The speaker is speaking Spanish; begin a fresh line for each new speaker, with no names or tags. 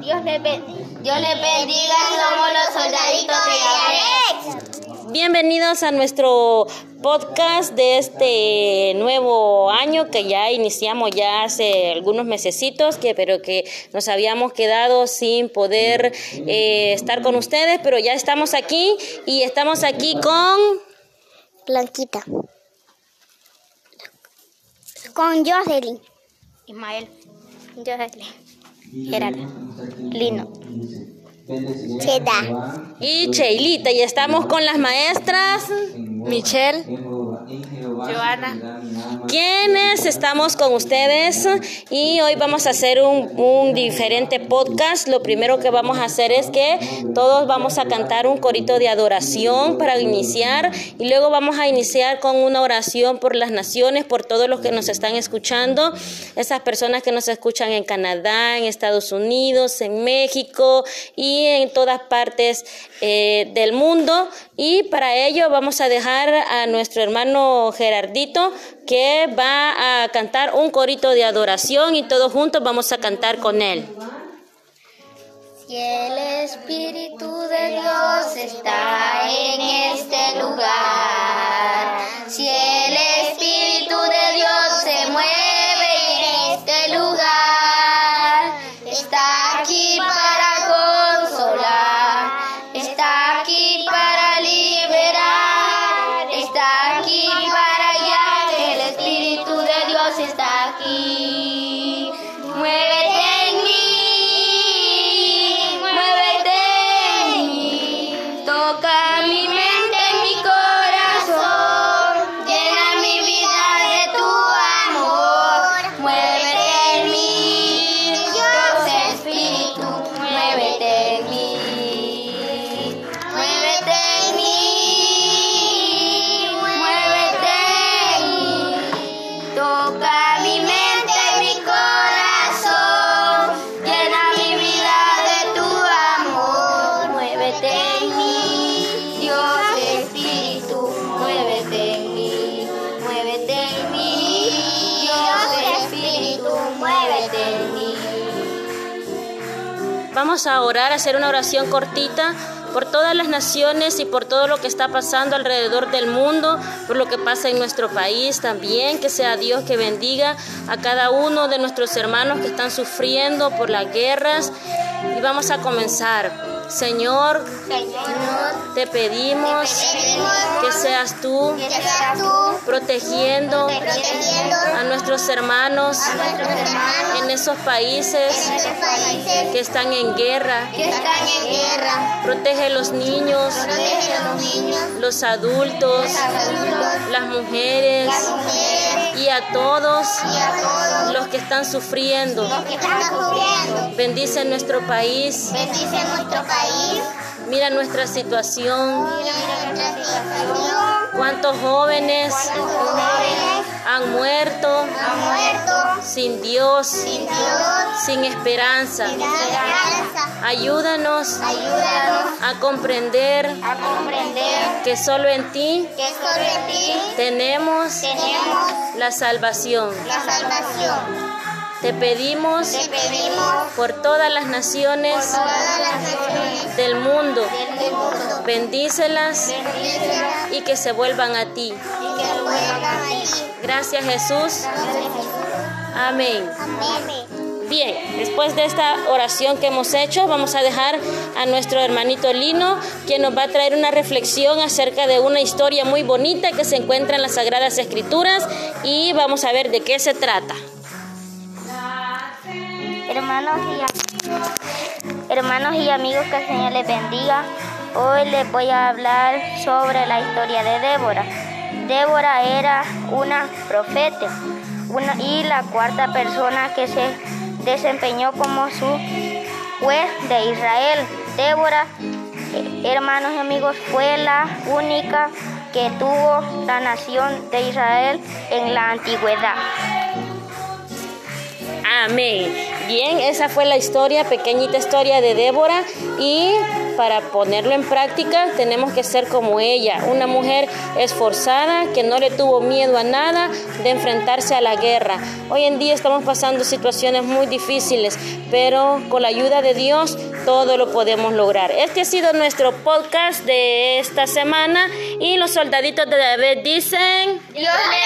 Dios les, ben- Dios les bendiga, somos los soldaditos de la Rex.
Bienvenidos a nuestro podcast de este nuevo año que ya iniciamos ya hace algunos mesecitos, que, pero que nos habíamos quedado sin poder eh, estar con ustedes, pero ya estamos aquí y estamos aquí con...
Blanquita. Con Jocelyn.
Ismael,
Jocelyn.
Gerardo,
Lino. Cheda.
Y Cheilita, y estamos con las maestras.
Michelle,
Joana,
¿Quiénes estamos con ustedes? Y hoy vamos a hacer un, un diferente podcast. Lo primero que vamos a hacer es que todos vamos a cantar un corito de adoración para iniciar y luego vamos a iniciar con una oración por las naciones, por todos los que nos están escuchando, esas personas que nos escuchan en Canadá, en Estados Unidos, en México y en todas partes eh, del mundo. Y para ello vamos a dejar a nuestro hermano Gerardito que va a cantar un corito de adoración y todos juntos vamos a cantar con él.
Si el Espíritu de Dios está en este lugar, si el Espíritu de Dios se mueve en este lugar, está aquí para consolar, está aquí para liberar, está aquí para guiar, el Espíritu de Dios está aquí. Muévete en mí, muévete en mí, toca mi mente, mi corazón, llena mi vida de tu amor. Muévete en mí, Dios Espíritu, muévete en mí, muévete en mí, muévete en mí. Toca mi mente, mi corazón, llena mi vida de tu amor. Muévete en mí, Dios Espíritu, muévete en mí, muévete en mí, Dios Espíritu, muévete en mí.
Vamos a orar, a hacer una oración cortita por todas las naciones y por todo lo que está pasando alrededor del mundo, por lo que pasa en nuestro país también, que sea Dios que bendiga a cada uno de nuestros hermanos que están sufriendo por las guerras. Y vamos a comenzar. Señor,
Señor,
te pedimos que seas tú
que seas tú
protegiendo
protegiendo
a nuestros hermanos
nuestros hermanos
en esos países
nuestros países
que están en guerra.
que están en guerra.
Protege a los niños,
Protege a los niños.
los adultos, las mujeres y a todos los que están sufriendo. Bendice nuestro país,
Bendice nuestro país,
mira nuestra situación,
mira nuestra situación,
cuántos jóvenes
cuántos jóvenes
han muerto
han muerto
sin Dios,
sin Dios,
sin esperanza.
sin esperanza.
Ayúdanos
Ayúdanos
a comprender
a comprender
que solo en ti
que solo en ti
tenemos
tenemos
la salvación.
la salvación.
Te pedimos
Te pedimos
por todas las naciones
todas las naciones
del mundo,
del mundo,
bendícelas
bendícelas
y que se vuelvan a
y
ti.
que vuelvan a ti.
Gracias Jesús. Amén.
Amén.
Bien, después de esta oración que hemos hecho, vamos a dejar a nuestro hermanito Lino, quien nos va a traer una reflexión acerca de una historia muy bonita que se encuentra en las Sagradas Escrituras y vamos a ver de qué se trata.
hermanos y, am- hermanos y amigos, que el Señor les bendiga. Hoy les voy a hablar sobre la historia de Débora. Débora era una profeta una, y la cuarta persona que se desempeñó como su juez de Israel. Débora, eh, hermanos y amigos, fue la única que tuvo la nación de Israel en la antigüedad.
Amén. Bien, esa fue la historia, pequeñita historia de Débora y para ponerlo en práctica tenemos que ser como ella, una mujer esforzada que no le tuvo miedo a nada de enfrentarse a la guerra. Hoy en día estamos pasando situaciones muy difíciles, pero con la ayuda de Dios todo lo podemos lograr. Este ha sido nuestro podcast de esta semana y los soldaditos de David dicen...
Dios le